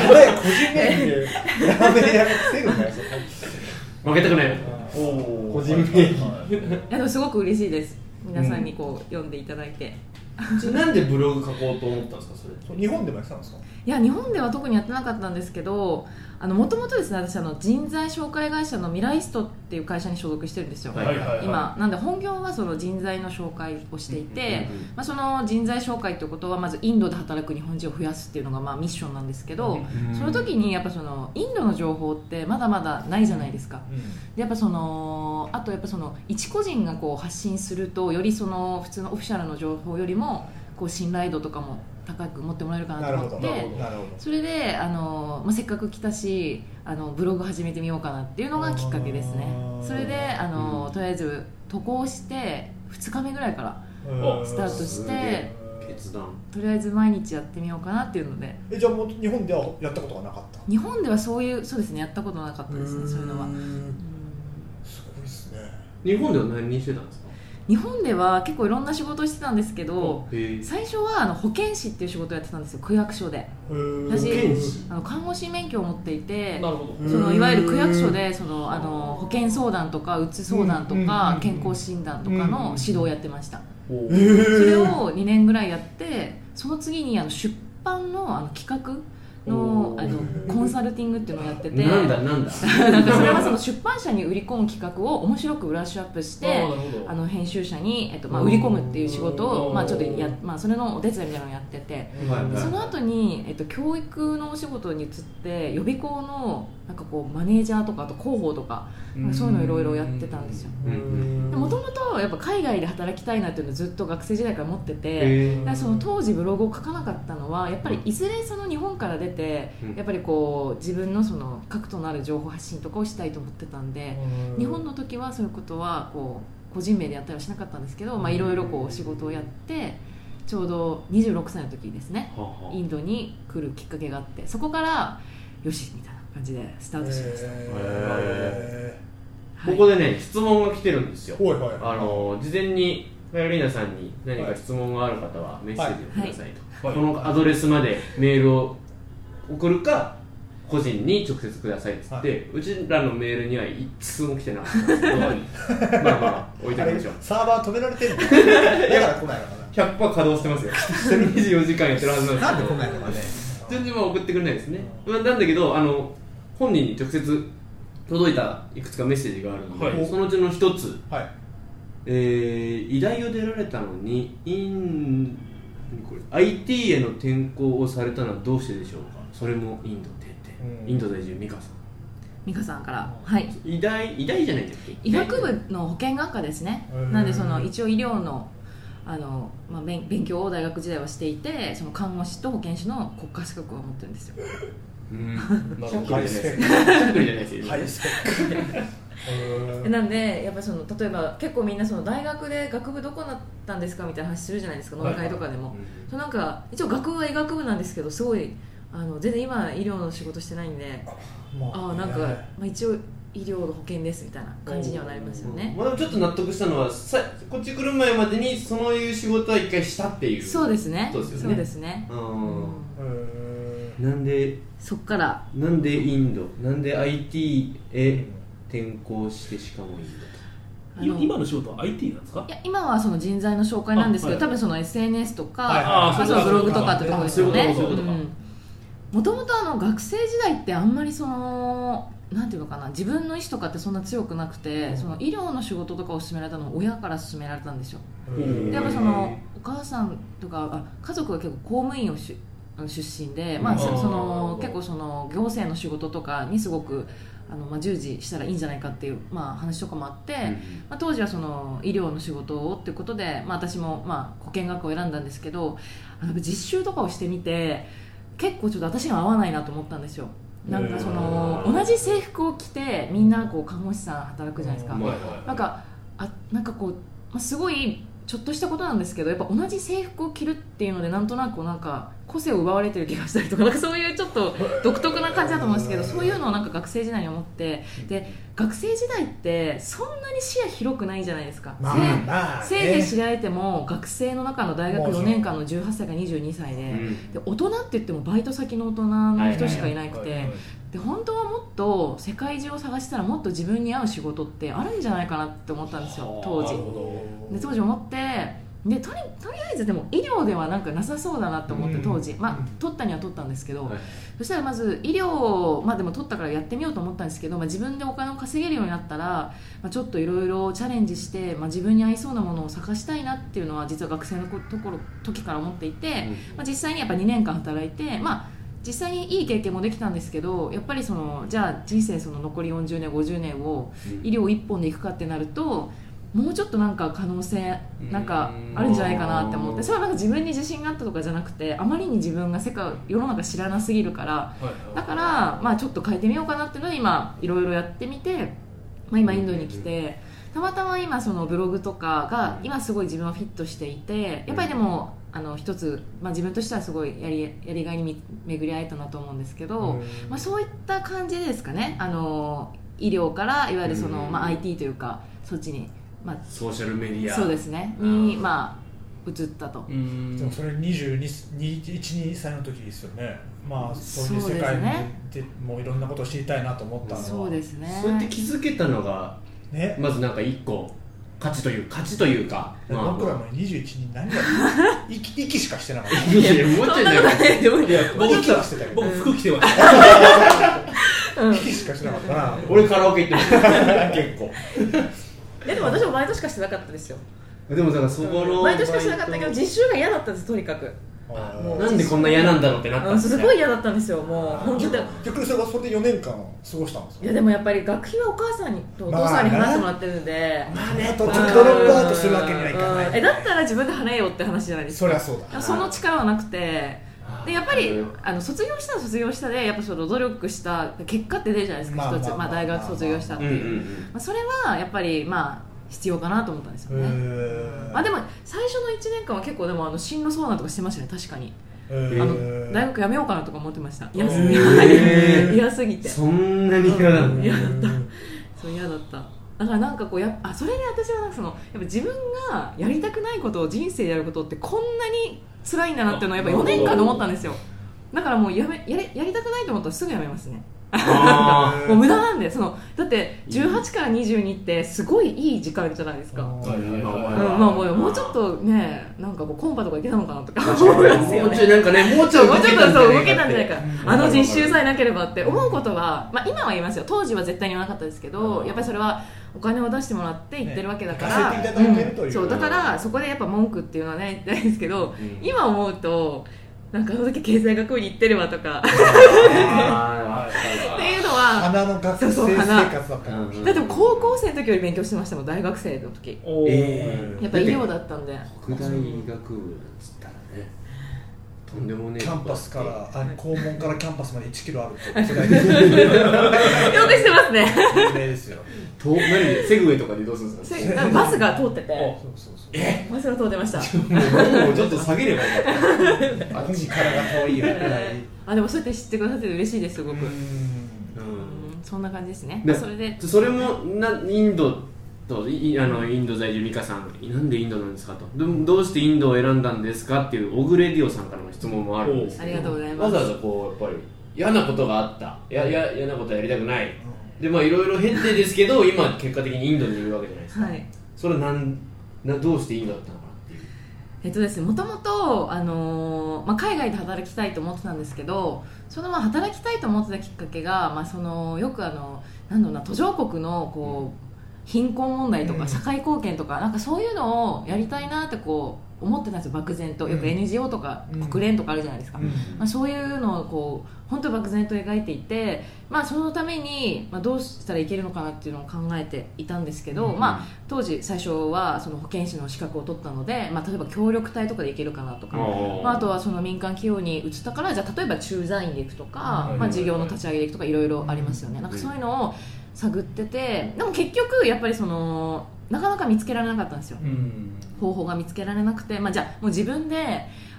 [SPEAKER 3] これ個人名義でラーメン屋が伏せるんだよそこ
[SPEAKER 2] な負けたくない
[SPEAKER 4] はいおー
[SPEAKER 2] 個人名義
[SPEAKER 4] はいはいはい
[SPEAKER 5] いやでもすごく嬉しいです皆さんにこう、読んでいただいて
[SPEAKER 2] ちなんでブログ書こうと思ったんですかそれ
[SPEAKER 3] 日本でもやってたんですか
[SPEAKER 5] いや日本では特にやってなかったんですけどもともとですね私あの人材紹介会社のミライストっていう会社に所属してるんですよ、
[SPEAKER 2] はい
[SPEAKER 5] 今なんで本業はその人材の紹介をしていて、まあ、その人材紹介ということはまずインドで働く日本人を増やすっていうのがまあミッションなんですけど、その時にやっぱそのインドの情報ってまだまだないじゃないですかでやっぱそのあとやっぱその一個人がこう発信するとよりその普通のオフィシャルの情報よりもこう信頼度とかも高く持ってもらえるかな
[SPEAKER 3] な
[SPEAKER 5] と
[SPEAKER 3] る
[SPEAKER 5] 思
[SPEAKER 3] ほ
[SPEAKER 5] って
[SPEAKER 3] どなるほどなるほ
[SPEAKER 5] それであの、まあ、せっかく来たしあのブログ始めてみようかなっていうのがきっかけですね
[SPEAKER 3] あー
[SPEAKER 5] それであの、
[SPEAKER 2] うん
[SPEAKER 5] とりあえず渡航して2日目ぐらいから
[SPEAKER 3] どうん
[SPEAKER 5] スタートし
[SPEAKER 2] すげえ
[SPEAKER 5] て
[SPEAKER 2] 決断
[SPEAKER 5] とりあえず毎日やってみようかなっていうので
[SPEAKER 3] えじゃあもう日本ではやったことがなかった
[SPEAKER 5] 日本ではそういうそうですねやったことなかったですねそういうのは、うん
[SPEAKER 3] すごいですね
[SPEAKER 2] 日本では何してたんですか
[SPEAKER 5] 日本では結構いろんな仕事をしてたんですけど
[SPEAKER 2] へえ
[SPEAKER 5] 最初はあの保健師っていう仕事をやってたんですよ区役所で
[SPEAKER 2] 保
[SPEAKER 5] 私
[SPEAKER 2] 健師
[SPEAKER 5] あの看護師免許を持っていて
[SPEAKER 4] なるほど
[SPEAKER 5] そのいわゆる区役所
[SPEAKER 3] へ
[SPEAKER 5] でそのあの保険相談とかうつ相談と
[SPEAKER 3] う
[SPEAKER 5] か
[SPEAKER 3] ん
[SPEAKER 5] 健康診断とかの指導をやってました
[SPEAKER 4] お
[SPEAKER 3] え
[SPEAKER 4] ー
[SPEAKER 5] それを2年ぐらいやってその次にあの出版のあの企画の
[SPEAKER 4] おー
[SPEAKER 5] あのコンサルティングっていうのをやってて
[SPEAKER 2] なんだなんだ
[SPEAKER 5] なんかそれはその出版社に売り込む企画を面白くブラッシュアップし
[SPEAKER 4] あー
[SPEAKER 5] て
[SPEAKER 4] なるほど
[SPEAKER 5] あの編集者に、えっとまあ、売り込むっていう仕事
[SPEAKER 4] う
[SPEAKER 5] を、
[SPEAKER 4] ん
[SPEAKER 5] まあ、ちょっとや、まあ、それのお手伝いみたいなのをやってて
[SPEAKER 2] はいはい
[SPEAKER 5] その後に、えっと、教育のお仕事に移って予備校のなんかこうマネージャーとかあと広報とかなんかそういうのいろいろやってたんですよ
[SPEAKER 2] うんうん
[SPEAKER 5] もともとやっぱ海外で働きたいなっていうのをずっと学生時代から持ってて。
[SPEAKER 2] へ
[SPEAKER 5] だからその当時ブログを書かなかったのはやっぱりいずれその日本から出て
[SPEAKER 2] うん
[SPEAKER 5] やっぱりこう自分のその核となる情報発信とかをしたいと思ってたんで、日本
[SPEAKER 3] の
[SPEAKER 5] の時はそういうことはこう個人名でやったりはしなかったんですけどまあいろいろこう仕事をやってちょうど26歳の時ですね
[SPEAKER 2] はは
[SPEAKER 5] インドに来るきっかけがあってそこからよしみたいな感じでスタートしました、
[SPEAKER 3] へ
[SPEAKER 5] は
[SPEAKER 2] こ
[SPEAKER 5] い
[SPEAKER 2] こでね質問が来てるんですよ
[SPEAKER 3] ーはいはい
[SPEAKER 2] あの事前にカヨリーナさんに何か質問がある方はメッセージをくださいと、
[SPEAKER 4] はい
[SPEAKER 2] このアドレスまでメールを送るか個人に直接くださいっつって、
[SPEAKER 3] は
[SPEAKER 2] うちらのメールには一通も来てなかったんですけどまあまあ置いて
[SPEAKER 3] あ
[SPEAKER 2] おきま
[SPEAKER 3] れ
[SPEAKER 2] しょう
[SPEAKER 3] サーバー止めら れてるのかなだから来ないのか
[SPEAKER 2] 100%稼働してますよ24時間やってるはずなんですけど
[SPEAKER 3] ななんで来ないのかね
[SPEAKER 2] 全然まあ送ってくれないですね、まあ、なんだけどあの本人に直接届いたいくつかメッセージがあるので、
[SPEAKER 4] はい
[SPEAKER 2] そのうちの一つ
[SPEAKER 3] はい
[SPEAKER 2] えー、医大を出られたのにインこれ IT への転校をされたのはどうしてでしょうかそれもインドって言って、
[SPEAKER 3] うん
[SPEAKER 2] インド在住美香さん
[SPEAKER 5] 美香さんからはい
[SPEAKER 2] 医大医大じゃないんだっけ
[SPEAKER 5] 医学部の保健学科ですね
[SPEAKER 3] へー
[SPEAKER 5] なんでその一応医療のあの、まあ、勉勉強を大学時代はしていてその看護師と保健師の国家資格を持ってるんですよ
[SPEAKER 2] うんシャックリじゃないですシャックリじゃないですよ
[SPEAKER 3] ハイスペッ
[SPEAKER 5] なんでやっぱりその例えば結構みんなその大学で学部どこだったんですかみたいな話するじゃないですか飲み会とかでも、そうなんか一応学部は医学部なんですけどすごいあの全然今医療の仕事してないんでああなんか、まあ、一応医療の保険ですみたいな感じにはなりますよね、
[SPEAKER 2] まあ、でもちょっと納得したのはさこっち来る前までにそういう仕事は一回したっていう
[SPEAKER 5] そうですね
[SPEAKER 2] そうですよね
[SPEAKER 5] そうですね、
[SPEAKER 2] う
[SPEAKER 5] うんん
[SPEAKER 3] うん
[SPEAKER 2] なんで
[SPEAKER 5] そっから
[SPEAKER 2] なんでインドなんで IT へ転校してしかも
[SPEAKER 4] い
[SPEAKER 2] イン
[SPEAKER 5] あの
[SPEAKER 4] 今の仕事は IT なんですか
[SPEAKER 5] いや今はその人材の紹介なんですけど、
[SPEAKER 4] あはい
[SPEAKER 5] 多分その SNS とか、
[SPEAKER 3] はい
[SPEAKER 5] あ
[SPEAKER 4] あ
[SPEAKER 5] と
[SPEAKER 4] そう
[SPEAKER 5] は
[SPEAKER 4] か
[SPEAKER 5] ブログとかってとこですよ
[SPEAKER 4] あ
[SPEAKER 5] ね
[SPEAKER 4] そういうことかそういうこ
[SPEAKER 5] もともと学生時代ってあんまりそのなんていうのかな自分の意思とかってそんな強くなくて、
[SPEAKER 3] うん
[SPEAKER 5] その医療の仕事とかを勧められたのを親から勧められたんですよ
[SPEAKER 2] うん
[SPEAKER 5] でやっぱそのお母さんとかあ家族が結構公務員をしあの出身で、ま
[SPEAKER 2] う
[SPEAKER 5] あ、
[SPEAKER 2] ん
[SPEAKER 5] そそ
[SPEAKER 4] あ
[SPEAKER 5] の
[SPEAKER 4] ー
[SPEAKER 5] 結構その行政の仕事とかにすごくあの、まあ、従事したらいいんじゃないかっていう、まあ、話とかもあって、
[SPEAKER 2] ド
[SPEAKER 5] まあ、当時はその医療の仕事をっていうことで、まあ、私もまあ保健学を選んだんですけどあの実習とかをしてみて結構ちょっと私には合わないなと思ったんですよなんかその
[SPEAKER 4] へー
[SPEAKER 5] 同じ制服を着てみんなこう看護師さん働くじゃないですか
[SPEAKER 3] うん
[SPEAKER 2] まあ
[SPEAKER 5] なんかあなんかこう、まあ、すごいちょっとしたことなんですけどやっぱ同じ制服を着るっていうのでなんとなくこうなんか個性を奪われてる気がしたりとかなんかそういうちょっと独特な感じだと思うんですけどそういうのをなんか学生時代に思ってで学生時代ってそんなに視野広くないじゃないですか。
[SPEAKER 3] まあまあね
[SPEAKER 5] せいせい知られても学生の中の大学4年間の18歳が22歳でで大人って言ってもバイト先の大人の人しかいなくてで本当はもっと世界中を探したらもっと自分に合う仕事ってあるんじゃないかなって思ったんですよ当
[SPEAKER 4] な
[SPEAKER 5] 時
[SPEAKER 4] るほ
[SPEAKER 5] で当時思ってでとりとりあえずでも医療ではなんかなさそうだなと思って
[SPEAKER 3] うん
[SPEAKER 5] 当時、ま
[SPEAKER 3] うん
[SPEAKER 5] あ取ったには取ったんですけど、
[SPEAKER 2] はい
[SPEAKER 5] そしたらまず医療まあでも取ったからやってみようと思ったんですけど、まあ、自分でお金を稼げるようになったら、まあ、ちょっといろいろチャレンジして、まあ、自分に合いそうなものを探したいなっていうのは実は学生のこところ時から思っていて、まあ、実際にやっぱ2年間働いて、まあ、実際にいい経験もできたんですけどやっぱりそのじゃあ人生その残り40年50年を医療一本で行くかってなるともうちょっとなんか可能性なんかあるんじゃないかなって思っ
[SPEAKER 2] うん
[SPEAKER 5] てそれはなんか自分に自信があったとかじゃなくてあまりに自分が世界世の中知らなすぎるからだからまあちょっと変えてみようかなっていうので今いろいろやってみて、まあ、今インドに来て。たまたま今そのブログとかが今すごい自分はフィットしていてやっぱりでもあの一つ、まあ、自分としてはすごいやりやりがいに巡り合えたなと思うんですけど、まあ、そういった感じですかねあの医療からいわゆるその、
[SPEAKER 2] うん
[SPEAKER 5] まあ、IT というかそっちに、まあ、
[SPEAKER 2] ソーシャルメディア
[SPEAKER 5] そうですすね
[SPEAKER 2] うん
[SPEAKER 5] に、まあ、移ったと、
[SPEAKER 2] ん
[SPEAKER 3] でもそれ2212歳の時ですよねまあそういう
[SPEAKER 5] そう
[SPEAKER 3] 世
[SPEAKER 5] です
[SPEAKER 3] 界
[SPEAKER 5] ね
[SPEAKER 3] でもういろんなことを知りたいなと思ったのは
[SPEAKER 5] そうですね
[SPEAKER 2] そうやって気づけたのが
[SPEAKER 3] ね
[SPEAKER 2] まずなんか一個価値という価値というかまあ
[SPEAKER 3] 僕らも21に何やって息息しかしてなかっ
[SPEAKER 2] いやいや思っ
[SPEAKER 5] そ
[SPEAKER 2] て
[SPEAKER 5] ん
[SPEAKER 2] んだ
[SPEAKER 5] な
[SPEAKER 2] よ
[SPEAKER 5] ことないでも
[SPEAKER 4] いや
[SPEAKER 3] た
[SPEAKER 4] 僕
[SPEAKER 3] 息はしてたけど
[SPEAKER 4] 僕服着てました
[SPEAKER 5] うん
[SPEAKER 3] 息しかしてなかったな
[SPEAKER 2] 俺カラオケ行ってる結構
[SPEAKER 5] えでも私もバイトしかしてなかったですよ
[SPEAKER 2] でもだからそこの
[SPEAKER 5] バイトしかしてなかったけど実習が嫌だったんですとにかく
[SPEAKER 3] あ
[SPEAKER 5] もう
[SPEAKER 2] なんでこんな嫌なんだろうってなった
[SPEAKER 5] あ
[SPEAKER 2] ん
[SPEAKER 5] の
[SPEAKER 2] です
[SPEAKER 5] す
[SPEAKER 2] ね
[SPEAKER 5] ごい嫌だったんですよもう本当に
[SPEAKER 3] 逆にそれはそれで4年間過ごしたんです
[SPEAKER 5] い
[SPEAKER 3] か
[SPEAKER 5] やでもやっぱり学費はお母さんにとお父さんに払ってもらってるんで、
[SPEAKER 3] まあね
[SPEAKER 2] うん
[SPEAKER 3] 途中ドロップアウトするわけにはいかない
[SPEAKER 5] うんえだったら自分で払えよって話じゃないですか
[SPEAKER 3] そりゃそうだ
[SPEAKER 5] その力はなくてでやっぱり
[SPEAKER 2] うん
[SPEAKER 5] あの卒業したら卒業したでやっぱその努力した結果って出るじゃないです
[SPEAKER 3] まあ
[SPEAKER 5] か
[SPEAKER 3] まあ
[SPEAKER 5] 一つ
[SPEAKER 3] まあ
[SPEAKER 5] まあ大学卒業したって
[SPEAKER 2] うんう
[SPEAKER 5] いう、ま
[SPEAKER 2] ん
[SPEAKER 5] あ、それはやっぱりまあ必要かなと思ったんですよねまあでも最初の1年間は結構でもあの進路相談とかしてましたね確かにあの大学辞めようかなとか思ってました嫌すぎ
[SPEAKER 2] へー
[SPEAKER 5] 嫌すぎ
[SPEAKER 2] うん
[SPEAKER 5] て
[SPEAKER 2] そんなに嫌なの
[SPEAKER 5] いやそう嫌だっただからなんかこうやあそれで私はなんかそのやっぱ自分がやりたくないことを人生でやることってこんなに辛いんだなっていうのはやっぱ4年間で思ったんですよだからもうやめやれやりたくないと思ったらすぐやめますね
[SPEAKER 2] あ
[SPEAKER 5] もう無駄なんでそのだって18から22ってすごいいい時間じゃないですかうん
[SPEAKER 2] ーまあまあ
[SPEAKER 5] まあもうもうちょっとねなんかこうコンパとかいけたのかなとか
[SPEAKER 2] も
[SPEAKER 5] 思
[SPEAKER 2] う
[SPEAKER 5] いますよね
[SPEAKER 2] ちょいなんかね もうちょ
[SPEAKER 5] そう
[SPEAKER 2] い
[SPEAKER 5] もうちょっとそう動けたんじゃない
[SPEAKER 2] か
[SPEAKER 5] か
[SPEAKER 2] うん
[SPEAKER 5] あの実習さえなければって思うことは、まあ、今は言いますよ当時は絶対に言わなかったですけどやっぱりそれはお金を出してもらって行ってるわけだから、
[SPEAKER 3] ね行かせていただいてるという
[SPEAKER 5] そうだからそこでやっぱ文句っていうのはね ないですけど、
[SPEAKER 2] うん
[SPEAKER 5] 今思うとなんかあの時経済学部に行ってればとか
[SPEAKER 2] あー
[SPEAKER 5] っていうのは
[SPEAKER 3] 花の学生
[SPEAKER 5] そうそ
[SPEAKER 3] 生
[SPEAKER 5] う
[SPEAKER 3] 活
[SPEAKER 5] 花
[SPEAKER 3] だったから
[SPEAKER 2] うん
[SPEAKER 5] だって高校生の時より勉強してましたもん大学生の時
[SPEAKER 4] おー
[SPEAKER 2] えー
[SPEAKER 5] やっぱ医療だったんで
[SPEAKER 2] 北大医学部っつったらねとんでもねえ
[SPEAKER 3] キャンパスからあ校門からキャンパスまで1キロある って
[SPEAKER 5] よくしてますね
[SPEAKER 3] 有名ですよ
[SPEAKER 2] と何でセグウェイとかでどうするんですか
[SPEAKER 5] せなんかバスが通ってて
[SPEAKER 3] そうそうそう
[SPEAKER 5] バスが通って ました
[SPEAKER 2] もうちょっと下げればよかった
[SPEAKER 3] あっちからが遠いよね
[SPEAKER 5] あでもそうやって知ってくださってて嬉しいですすご
[SPEAKER 3] う
[SPEAKER 5] く、 うん
[SPEAKER 3] ん
[SPEAKER 5] そんな感じですね
[SPEAKER 2] ね
[SPEAKER 5] それで
[SPEAKER 2] それもなインドといいあのインド在住美香さんなんでインドなんですかとでもどうしてインドを選んだんですかっていうオグレディオさんからの質問もあるんです
[SPEAKER 5] ありがとうございま
[SPEAKER 2] わ
[SPEAKER 5] す
[SPEAKER 2] ざわざこうやっぱり嫌なことがあったやや嫌なことはやりたくないでまあいろいろ変でですけど今結果的にインドにいるわけじゃないですか、
[SPEAKER 5] はい
[SPEAKER 2] それはなんなどうしてインドだったのかなっていう
[SPEAKER 5] えっとですね、もともと、あのーまあ、海外で働きたいと思ってたんですけどそのまあ働きたいと思ってたきっかけが、まあ、そのよくあのなんだろうな途上国のこう貧困問題と
[SPEAKER 3] うん
[SPEAKER 5] か社会貢献とか,、なんかそういうのをやりたいなってこう思ってたんですよ漠然とよ
[SPEAKER 3] うん
[SPEAKER 5] く NGO とか
[SPEAKER 3] うん
[SPEAKER 5] 国連とかあるじゃないですか、
[SPEAKER 3] うん
[SPEAKER 5] まあ、そういうのをこう本当に漠然と描いていて、まあ、そのために、まあ、どうしたらいけるのかなっていうのを考えていたんですけど、
[SPEAKER 3] うん
[SPEAKER 5] まあ、当時最初はその保健師の資格を取ったので、まあ、例えば協力隊とかで行けるかなとか。まあ、あとはその民間企業に移ったからじゃあ例えば駐在員で行くとか、
[SPEAKER 3] うん
[SPEAKER 5] まあ、事業の立ち上げで行くとかいろいろありますよねなんかそういうのを探っててでも結局やっぱりそのなかなか見つけられなかったんですよ
[SPEAKER 3] うん
[SPEAKER 5] 方法が見つけられなくて、まあ、じゃあもう自分で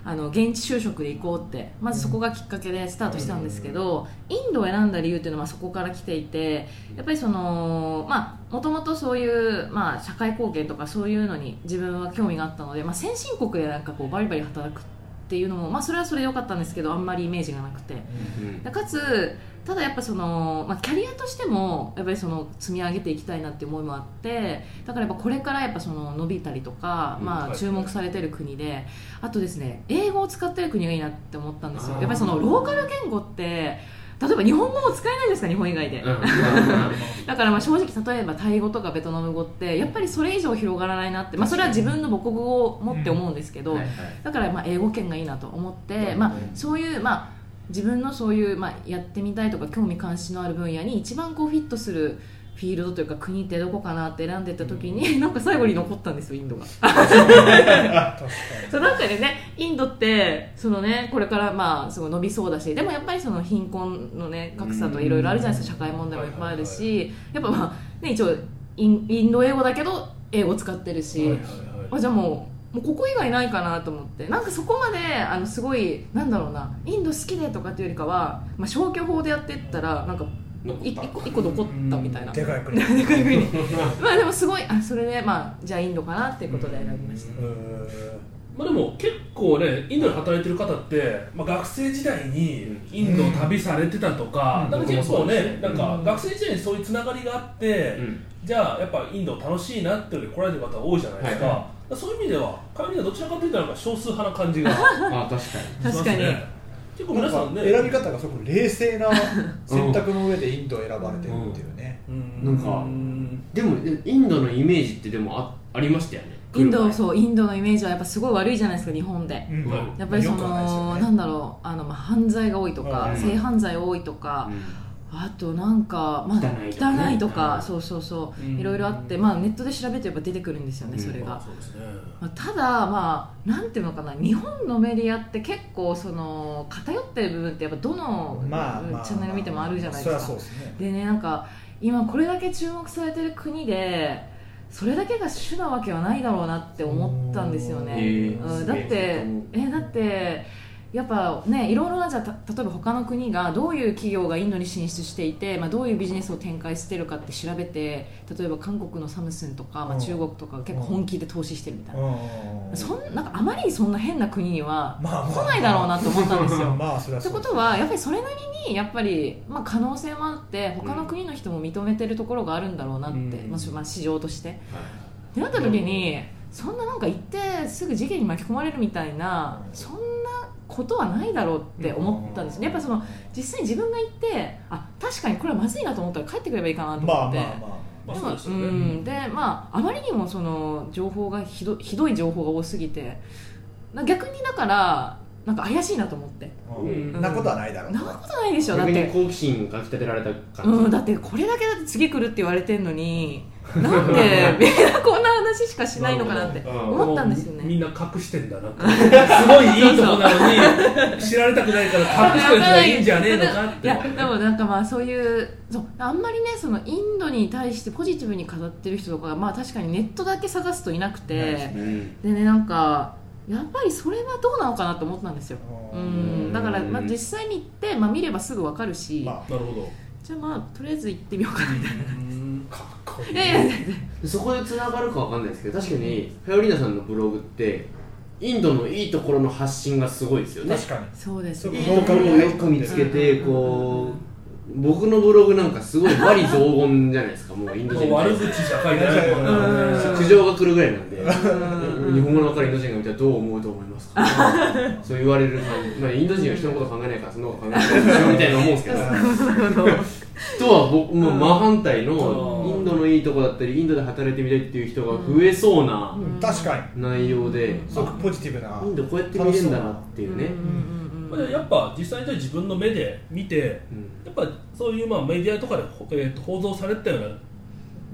[SPEAKER 5] あの現地就職で行こうってまずそこがきっかけでスタートしたんですけど、インドを選んだ理由っていうのはそこから来ていてやっぱりそのまあもともとそういう、まあ、社会貢献とかそういうのに自分は興味があったので、まあ、先進国でなんかこうバリバリ働くっていうのも、まあ、それはそれで良かったんですけどあんまりイメージがなくて。
[SPEAKER 2] うん
[SPEAKER 5] かつただやっぱその、まあ、キャリアとしてもやっぱりその積み上げていきたいなっていう思いもあってだからやっぱこれからやっぱその伸びたりとか、
[SPEAKER 2] うん
[SPEAKER 5] ま
[SPEAKER 2] は
[SPEAKER 5] あ、
[SPEAKER 2] い
[SPEAKER 5] 注目されてる国であとですね英語を使ってる国がいいなって思ったんです
[SPEAKER 2] あ
[SPEAKER 5] よや
[SPEAKER 2] ー
[SPEAKER 5] っぱりそのローカル言語って例えば日本語も使えないですか日本以外で、
[SPEAKER 2] うんまあまあ
[SPEAKER 5] だからまあ正直例えばタイ語とかベトナム語ってやっぱりそれ以上広がらないなって、まあ、それは自分の母国語を持って思うんですけど、
[SPEAKER 2] はいはい
[SPEAKER 5] だからまあ英語圏がいいなと思って、
[SPEAKER 2] うん
[SPEAKER 5] まあ、そういう、まあ、自分のそういう、まあ、やってみたいとか興味関心のある分野に一番こうフィットするフィールドというか国ってどこかなって選んでった時に、 なんか最後に残ったんですよインドが。
[SPEAKER 3] 確か
[SPEAKER 5] そうなんかでねインドってその、ね、これからまあすごい伸びそうだしでもやっぱりその貧困の、ね、格差といろいろあるじゃないですか社会問題もいっぱいあるしやっぱまあ、ね、一応インインド英語だけど英語使ってるし。あじゃあもうもうここ以外ないかなと思ってなんかそこまであのすごいなんだろうなインド好きでとかっていうよりかは、まあ、消去法でやってったらなんかい一個一個残ったみたいな、
[SPEAKER 3] でかい国
[SPEAKER 5] でかい国まあでもすごいあそれでまあじゃあインドかなっていうことで選びました、
[SPEAKER 4] まあでも結構ねインドで働いてる方って、まあ、学生時代にインドを旅されてたとか、
[SPEAKER 3] うん
[SPEAKER 4] なんか結構ね、
[SPEAKER 2] 僕もそうですね
[SPEAKER 4] なんか学生時代にそういうつながりがあって、
[SPEAKER 2] うん
[SPEAKER 4] じゃあやっぱインド楽しいなっていうので来られてる方多いじゃないですか,、
[SPEAKER 2] はい
[SPEAKER 4] そういう意味ではカミはどちらかというとなんか少数派な感じがし
[SPEAKER 2] あ確かに
[SPEAKER 4] ます
[SPEAKER 5] 確かに
[SPEAKER 4] ね結構皆さんね
[SPEAKER 3] 選び方がすごく冷静な選択の上でインドを選ばれてるっていうね、
[SPEAKER 4] うん
[SPEAKER 2] なんかでもえインドのイメージってでもあありましたよね
[SPEAKER 5] インド
[SPEAKER 2] 車
[SPEAKER 5] そうインドのイメージはやっぱすごい悪いじゃないですか日本で
[SPEAKER 3] うん
[SPEAKER 4] うん
[SPEAKER 5] やっぱりその、
[SPEAKER 3] まあ良くは
[SPEAKER 5] ない
[SPEAKER 3] ですよね
[SPEAKER 5] んだろうあの、まあ、犯罪が多いとか、
[SPEAKER 2] うん
[SPEAKER 5] 性犯罪多いとか、あとなんか、まあ、
[SPEAKER 2] 汚
[SPEAKER 5] 汚
[SPEAKER 2] い
[SPEAKER 5] い
[SPEAKER 2] と
[SPEAKER 5] と
[SPEAKER 2] か
[SPEAKER 5] か,、
[SPEAKER 2] ねうん
[SPEAKER 5] そうそうそううんいろいろあって、まあ、ネットで調べてれば出てくるんですよね、
[SPEAKER 2] うん
[SPEAKER 5] それが、
[SPEAKER 4] そうですね
[SPEAKER 5] まあ、ただまあなんていうのかな日本のメディアって結構その偏ってる部分ってやっぱどの
[SPEAKER 3] まあ
[SPEAKER 5] うん
[SPEAKER 3] まあ
[SPEAKER 5] チャンネル見てもあるじゃないですか、
[SPEAKER 3] そりゃそうですね
[SPEAKER 5] でねなんか今これだけ注目されてる国でそれだけが主なわけはないだろうなって思ったんですよ
[SPEAKER 2] へ
[SPEAKER 5] ね、
[SPEAKER 2] ー
[SPEAKER 5] うん
[SPEAKER 2] す
[SPEAKER 5] だっ
[SPEAKER 2] げえ
[SPEAKER 5] てえだってやっぱねいろいろなじゃあた例えば他の国がどういう企業がインドに進出していて、まあ、どういうビジネスを展開してるかって調べて例えば韓国のサムスンとか、ま
[SPEAKER 3] う
[SPEAKER 5] あ、
[SPEAKER 3] ん
[SPEAKER 5] 中国とかが結構本気で投資してるみたいな、
[SPEAKER 3] うん
[SPEAKER 5] そんなんかあまりにそんな変な国には
[SPEAKER 3] まあまあ
[SPEAKER 5] 来ないだろうなと思ったんで すよ。
[SPEAKER 3] まあそれは
[SPEAKER 5] って
[SPEAKER 3] そう
[SPEAKER 5] ことはやっぱりそれなりにやっぱり、まあ、可能性もあって他の国の人も認めてるところがあるんだろうなって、
[SPEAKER 3] うん
[SPEAKER 5] まあしまあ、市場として。ってなった時にそんななんか行ってすぐ事件に巻き込まれるみたいなそんなことはないだろうって思ったんですねやっぱその実際に自分が行ってあ確かにこれはまずいなと思ったら帰ってくればいいかなと
[SPEAKER 3] まあまあ
[SPEAKER 5] 思って。
[SPEAKER 3] ま
[SPEAKER 4] まあそ
[SPEAKER 5] で
[SPEAKER 4] う
[SPEAKER 5] も
[SPEAKER 4] です
[SPEAKER 5] う
[SPEAKER 4] よね、
[SPEAKER 5] んでまああまりにもその情報がひどひどい情報が多すぎてな逆にだからなんか怪しいなと思って
[SPEAKER 2] うん
[SPEAKER 6] そんなことはないだろう
[SPEAKER 5] なことないでしょだっ
[SPEAKER 2] 逆に
[SPEAKER 5] て
[SPEAKER 2] 好奇心がき立てられた感じ、
[SPEAKER 5] うん、だってこれだけだって次来るって言われてんのになんでみんなこんな話しかしないのかなって
[SPEAKER 2] なるほど
[SPEAKER 5] 思ったんですよ
[SPEAKER 4] もうみん
[SPEAKER 5] ね
[SPEAKER 4] な隠してんだなんかすごいいいとこなのに知られたくないから隠してる人がいいんじゃねえのかっ
[SPEAKER 5] い
[SPEAKER 4] て
[SPEAKER 5] やでもなんかまあそういうそうあんまりねそのインドに対してポジティブに語ってる人とかがまあ確かにネットだけ探すといなくて
[SPEAKER 2] うん
[SPEAKER 5] でねなんかやっぱりそれはどうなのかなと思ったんですよ
[SPEAKER 6] う
[SPEAKER 5] うんんだからまあ実際に行ってまあ見ればすぐわかるし、
[SPEAKER 6] ま
[SPEAKER 4] なるほど
[SPEAKER 5] じゃあまあとりあえず行ってみようかなみたいな
[SPEAKER 6] あかっこいい
[SPEAKER 5] いやいや
[SPEAKER 2] そこでつながるかわかんないですけど確かにフェオリーナさんのブログってインドのいいところの発信がすごいですよね
[SPEAKER 6] 確かに
[SPEAKER 5] そうです
[SPEAKER 2] いい
[SPEAKER 5] ね
[SPEAKER 2] ところをよく見つけてこう僕のブログなんかすごい罵詈雑言じゃないですかもうインド人
[SPEAKER 4] もう悪口しか書いてないもんな
[SPEAKER 5] うん
[SPEAKER 2] 苦情が来るぐらいなんで
[SPEAKER 5] うん
[SPEAKER 2] 日本語の分かるインド人が見たらどう思うと思いますかそう言われる感じ、まあ、インド人は人のこと考えないからそんなこと考えないですよみたいな思うんですけどとは僕、まあ、真反対の
[SPEAKER 4] うん
[SPEAKER 2] インドのいいとこだったりインドで働いてみたいっていう人が増えそうな
[SPEAKER 6] うん確かに
[SPEAKER 2] 内容で、
[SPEAKER 6] すごくポジティブな
[SPEAKER 2] あインドこうやって見れるんだなっていうね、
[SPEAKER 4] まあやっぱ実際にじゃあ自分の目で見て
[SPEAKER 2] うん
[SPEAKER 4] やっぱそういうまあメディアとかで、ほえーと報道されてたような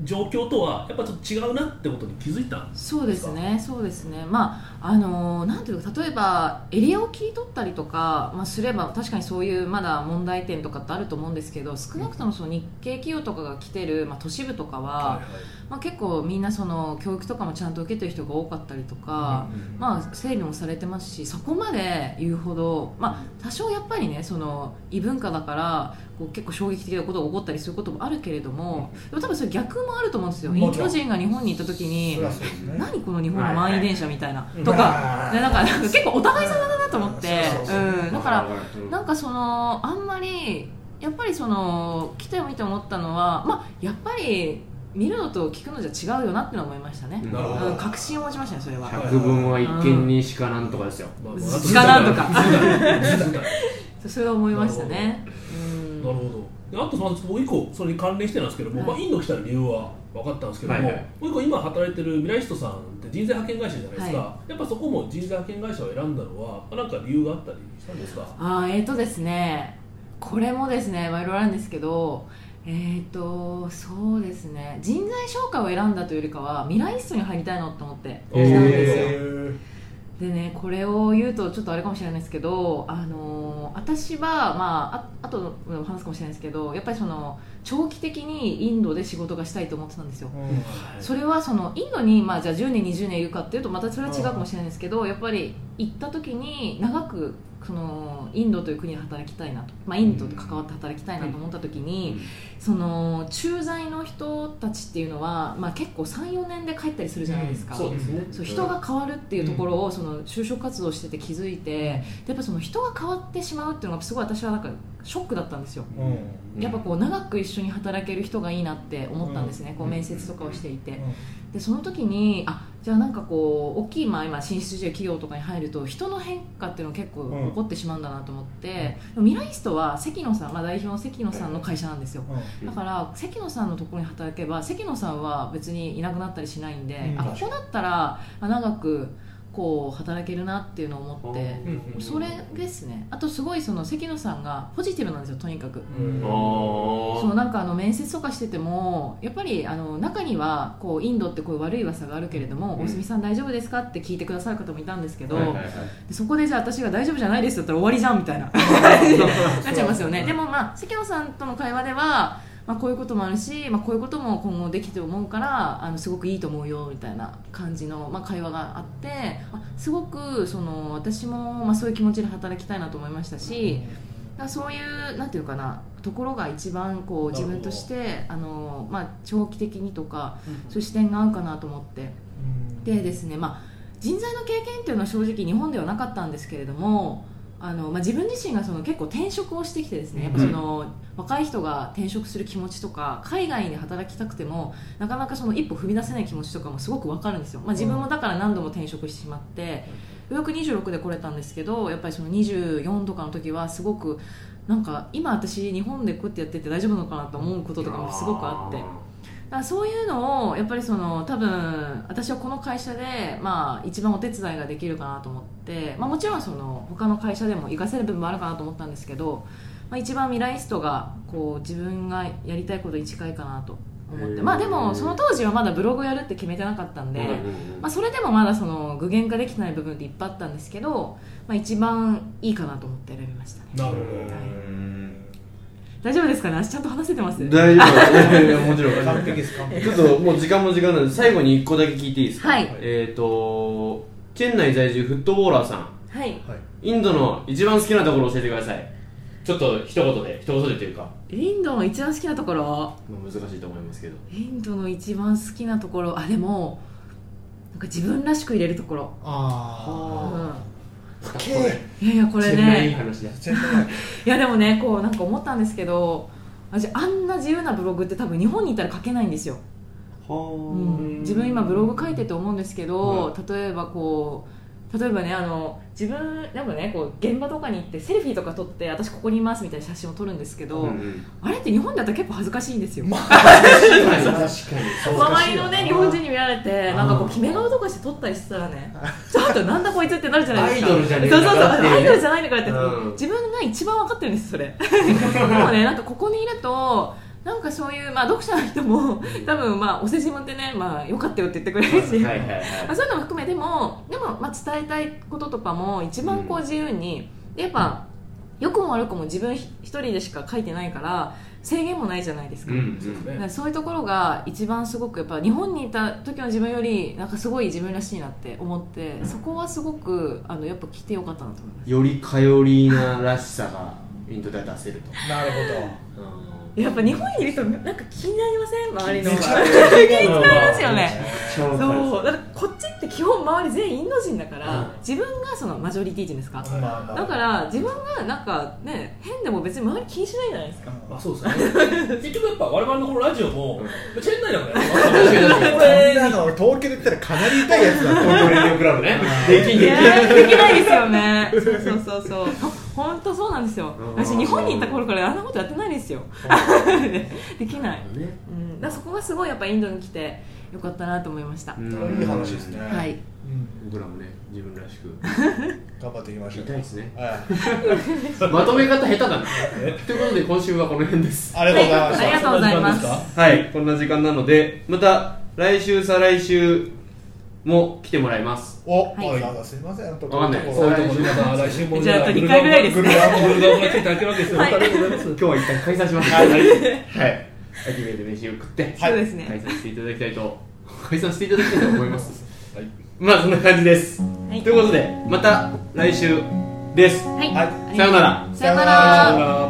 [SPEAKER 4] 状況とはやっぱちょっと違うなってことに気づいたんです
[SPEAKER 5] そうですね、そうですね、まああのーなんていうか、例えばエリアを切り取ったりとか、まあ、すれば、確かにそういうまだ問題点とかってあると思うんですけど、少なくともその日系企業とかが来てる、まあ、都市部とかは、
[SPEAKER 4] か
[SPEAKER 5] まあ、結構みんなその教育とかもちゃんと受けてる人が多かったりとか、まあ、整理もされてますしそこまで言うほど、まあ、多少やっぱりねその異文化だからこう結構衝撃的なことが起こったりすることもあるけれどもでも多分それ逆もあると思うんですよ。イン
[SPEAKER 6] もちろん
[SPEAKER 5] ド人が日本に行った時に
[SPEAKER 6] そりゃそうですね
[SPEAKER 5] 何この日本の満員電車みたいな、と
[SPEAKER 6] は
[SPEAKER 5] か
[SPEAKER 6] い
[SPEAKER 5] でなんかなんか結構お互い様だなと思って
[SPEAKER 6] そうそうそう
[SPEAKER 5] うんだから
[SPEAKER 2] うん
[SPEAKER 5] なんかそのあんまりやっぱりその来てみて思ったのはまあやっぱり見るのと聞くのじゃ違うよなってのは思いましたね、
[SPEAKER 2] な
[SPEAKER 4] るほ
[SPEAKER 5] うん確信を持ちましたねそれは
[SPEAKER 2] 百聞は一見にしかなんとかですよ、
[SPEAKER 4] まあまあ
[SPEAKER 5] 図鑑なんとか
[SPEAKER 4] 図鑑
[SPEAKER 5] それは思いましたねうん
[SPEAKER 4] なるほどであとそのちょっともう一個それに関連してなんですけども、
[SPEAKER 5] はい
[SPEAKER 4] まあ、インド来た理由は分かったんですけども、
[SPEAKER 2] はいはい
[SPEAKER 4] もう一個今働いてる未来人さんって人材派遣会社じゃないですか、
[SPEAKER 5] は
[SPEAKER 4] やっぱそこも人材派遣会社を選んだのは何か理由があったりしたんですか
[SPEAKER 5] あーえーとですねこれもですねまあいろいろあるんですけどえーとそうですね人材紹介を選んだというよりかは未来室に入りたいなと思って来たんですよ、
[SPEAKER 2] へ
[SPEAKER 5] でねこれを言うとちょっとあれかもしれないですけど、あのー私は、まあ、あと話すかもしれないですけどやっぱりその長期的にインドで仕事がしたいと思ってたんですよ、それはそのインドに、まあ、じゃあ10年20年いるかっていうとまたそれは違うかもしれないですけどやっぱり行った時に長くそのインドという国で働きたいなと、まあ、インドと関わって働きたいなと思った時に、その駐在の人たちっていうのは、まあ、結構34年で帰ったりするじゃないですか、
[SPEAKER 2] そうですね
[SPEAKER 5] そう人が変わるっていうところをその就職活動してて気づいてやっぱその人が変わってしまうっていうのがすごい私はなんかショックだったんですよ
[SPEAKER 6] うん
[SPEAKER 5] やっぱこう長く一緒に働ける人がいいなって思ったんですねこう面接とかをしていてでその時にあじゃあなんかこう大きいまあ今進出してる企業とかに入ると人の変化っていうのが結構
[SPEAKER 6] うん
[SPEAKER 5] 起こってしまうんだなと思ってでもミライストは関野さん、まあ、代表の関野さんの会社なんですよ
[SPEAKER 6] うん
[SPEAKER 5] だから関野さんのところに働けば関野さんは別にいなくなったりしないんで、
[SPEAKER 6] うん
[SPEAKER 5] あここだったらあ長くこう働けるなっていうのを思って、
[SPEAKER 4] うん
[SPEAKER 5] それですねあとすごいその関野さんがポジティブなんですよとにかく。
[SPEAKER 4] うん
[SPEAKER 2] あ
[SPEAKER 5] その
[SPEAKER 2] ー
[SPEAKER 5] なんかあの面接とかしててもやっぱりあの中にはこうインドってこういう悪い噂があるけれども
[SPEAKER 2] うん
[SPEAKER 5] 「大隅さん大丈夫ですか?」って聞いてくださる方もいたんですけど、
[SPEAKER 2] はいはいはい
[SPEAKER 5] でそこでじゃあ私が大丈夫じゃないですよって言ったら終わりじゃんみたいな なっちゃいますよねでもまあ関野さんとの会話では、まあ、こういうこともあるし、まあ、こういうことも今後できて思うからあのすごくいいと思うよみたいな感じの、まあ、会話があってあすごくその私も、まあ、そういう気持ちで働きたいなと思いましたしだからそういうなんていうかなところが一番こう自分としてあの、まあ、長期的にとかそういう視点が合うかなと思って。でですね、まあ、人材の経験っていうのは正直日本ではなかったんですけれどもあの、まあ、自分自身がその結構転職をしてきてですねやっぱその若い人が転職する気持ちとか海外で働きたくてもなかなかその一歩踏み出せない気持ちとかもすごく分かるんですよ、まあ、自分もだから何度も転職してしまってようやく26で来れたんですけどやっぱりその24とかの時はすごくなんか今私日本でこうやってやってて大丈夫なのかなと思うこととかもすごくあって。からそういうのをやっぱりその多分私はこの会社で、まあ、一番お手伝いができるかなと思って、まあ、もちろんその他の会社でも活かせる部分もあるかなと思ったんですけど、まあ、一番ミライストがこう自分がやりたいことに近いかなと思っ
[SPEAKER 2] へ
[SPEAKER 5] て、
[SPEAKER 2] ー
[SPEAKER 5] まあ、でもその当時はまだブログやるって決めてなかったんで、まあ、それでもまだその具現化できてない部分っていっぱいあったんですけど、まあ、一番いいかなと思って選びましたね
[SPEAKER 4] なるほ
[SPEAKER 5] 大丈夫ですかね私ちゃんと話せてます
[SPEAKER 2] 大丈夫いやもちろん
[SPEAKER 6] 完璧です完璧
[SPEAKER 2] ちょっともう時間も時間なんで最後に1個だけ聞いていいですか
[SPEAKER 5] はい
[SPEAKER 2] えっ、とチェン内在住フットボーラーさん
[SPEAKER 5] はい
[SPEAKER 2] インドの一番好きなところを教えてくださいちょっと一言で一言でというか
[SPEAKER 5] インドの一番好きなところ
[SPEAKER 2] まあ難しいと思いますけど
[SPEAKER 5] インドの一番好きなところあでもなんか自分らしく入れるところ、う
[SPEAKER 6] あ
[SPEAKER 5] ん、
[SPEAKER 6] あけ
[SPEAKER 5] いやいやこれ
[SPEAKER 2] チェン内いい
[SPEAKER 5] ね
[SPEAKER 2] 話だ
[SPEAKER 6] 全然ない
[SPEAKER 5] いやでもねこうなんか思ったんですけど私あんな自由なブログって多分日本にいたら書けないんですようん自分今ブログ書いてて思うんですけど、例えばこう例えばねあの自分でもねこう現場とかに行ってセルフィーとか撮って私ここにいますみたいな写真を撮るんですけど、
[SPEAKER 2] うん
[SPEAKER 5] あれって日本だと結構恥ずかしいんですよ、
[SPEAKER 6] 確かに確かに
[SPEAKER 5] 周りのね日本人
[SPEAKER 6] に
[SPEAKER 5] に見られてなんかこう決め顔とかして撮ったりしてた らねちょっとなんだこいつってなるじゃないですか
[SPEAKER 2] アイドルじゃねえ
[SPEAKER 5] そ
[SPEAKER 2] か
[SPEAKER 5] うそうそう
[SPEAKER 2] らっていうね
[SPEAKER 5] アイドルじゃないのかって、
[SPEAKER 2] うん
[SPEAKER 5] 自分が一番分かってるんですそれでもねなんかここにいるとなんかそういう、まあ、読者の人も多分まあお世辞もってね、まあ、よかったよって言ってくれるし、
[SPEAKER 2] はいはいはい
[SPEAKER 5] まあ、そういうのも含めでもでも、まあ、伝えたいこととかも一番こう自由に、でやっぱ良くも悪くも自分ひ一人でしか書いてないから制限もないじゃないですか、
[SPEAKER 2] うん
[SPEAKER 5] だからそういうところが一番すごくやっぱ日本にいた時の自分よりなんかすごい自分らしいなって思ってそこはすごくあのやっぱ来てよかったなと思います
[SPEAKER 2] よりカヨリーナらしさがインドで出せると
[SPEAKER 6] なるほ
[SPEAKER 5] やっぱ日本にいる人なんか気になりません周りの
[SPEAKER 6] どめちゃ
[SPEAKER 5] が
[SPEAKER 6] くちゃ気になる
[SPEAKER 5] 気になりますよね
[SPEAKER 2] そう
[SPEAKER 5] そうだからこっちって基本周り全員インド人だから、
[SPEAKER 2] うん
[SPEAKER 5] 自分がそのマジョリティ人ですか、
[SPEAKER 6] まあまあ
[SPEAKER 5] だから自分がなんかね変でも別に周り気にしないじゃないですか
[SPEAKER 4] どあそうですね結局やっぱ我々のこのラジオもチェン内だから
[SPEAKER 6] こんなの東京で言ったらかなり痛いやつだ
[SPEAKER 2] 東京レディオクラブねできん
[SPEAKER 5] い
[SPEAKER 2] できん
[SPEAKER 5] やできないですよねそうそうそ うそう本当そうなんですよ
[SPEAKER 2] うん
[SPEAKER 5] 私日本に行った頃からあんなことやってないですよ できない、
[SPEAKER 2] ね
[SPEAKER 5] うん、だからそこがすごいやっぱインドに来てよかったなと思いました、
[SPEAKER 6] いい話ですね
[SPEAKER 5] はい
[SPEAKER 6] うん
[SPEAKER 2] 僕らもね自分らしく
[SPEAKER 6] 頑張っていきましょ
[SPEAKER 2] 痛
[SPEAKER 6] う
[SPEAKER 2] いですね
[SPEAKER 6] はい
[SPEAKER 2] まとめ方下手だなということで今週はこの辺です
[SPEAKER 6] ありがとうございました
[SPEAKER 5] ありがとうございます
[SPEAKER 2] はいこんな時間なのでまた来週再来週も来てもらいます
[SPEAKER 6] お、
[SPEAKER 5] はい
[SPEAKER 6] なんかすいません、と
[SPEAKER 2] わかんない
[SPEAKER 6] と
[SPEAKER 2] そういうとこ
[SPEAKER 4] 来週も
[SPEAKER 5] じゃああと二回ぐらいです
[SPEAKER 4] ブ
[SPEAKER 5] ね
[SPEAKER 4] ルガーも来ていただけるわけですよ。本当にありがとうございます。
[SPEAKER 2] 今日は一旦解散しますはいはい秋めで飯を食って
[SPEAKER 5] そうですね
[SPEAKER 2] 解散していただきたいと解散していただきたいと思います
[SPEAKER 4] はい
[SPEAKER 2] まあそんな感じです、
[SPEAKER 5] はい
[SPEAKER 2] ということでまた来週です
[SPEAKER 5] はい、
[SPEAKER 6] はい
[SPEAKER 5] ありがとう
[SPEAKER 2] さようなら
[SPEAKER 5] さようなら
[SPEAKER 6] さようなら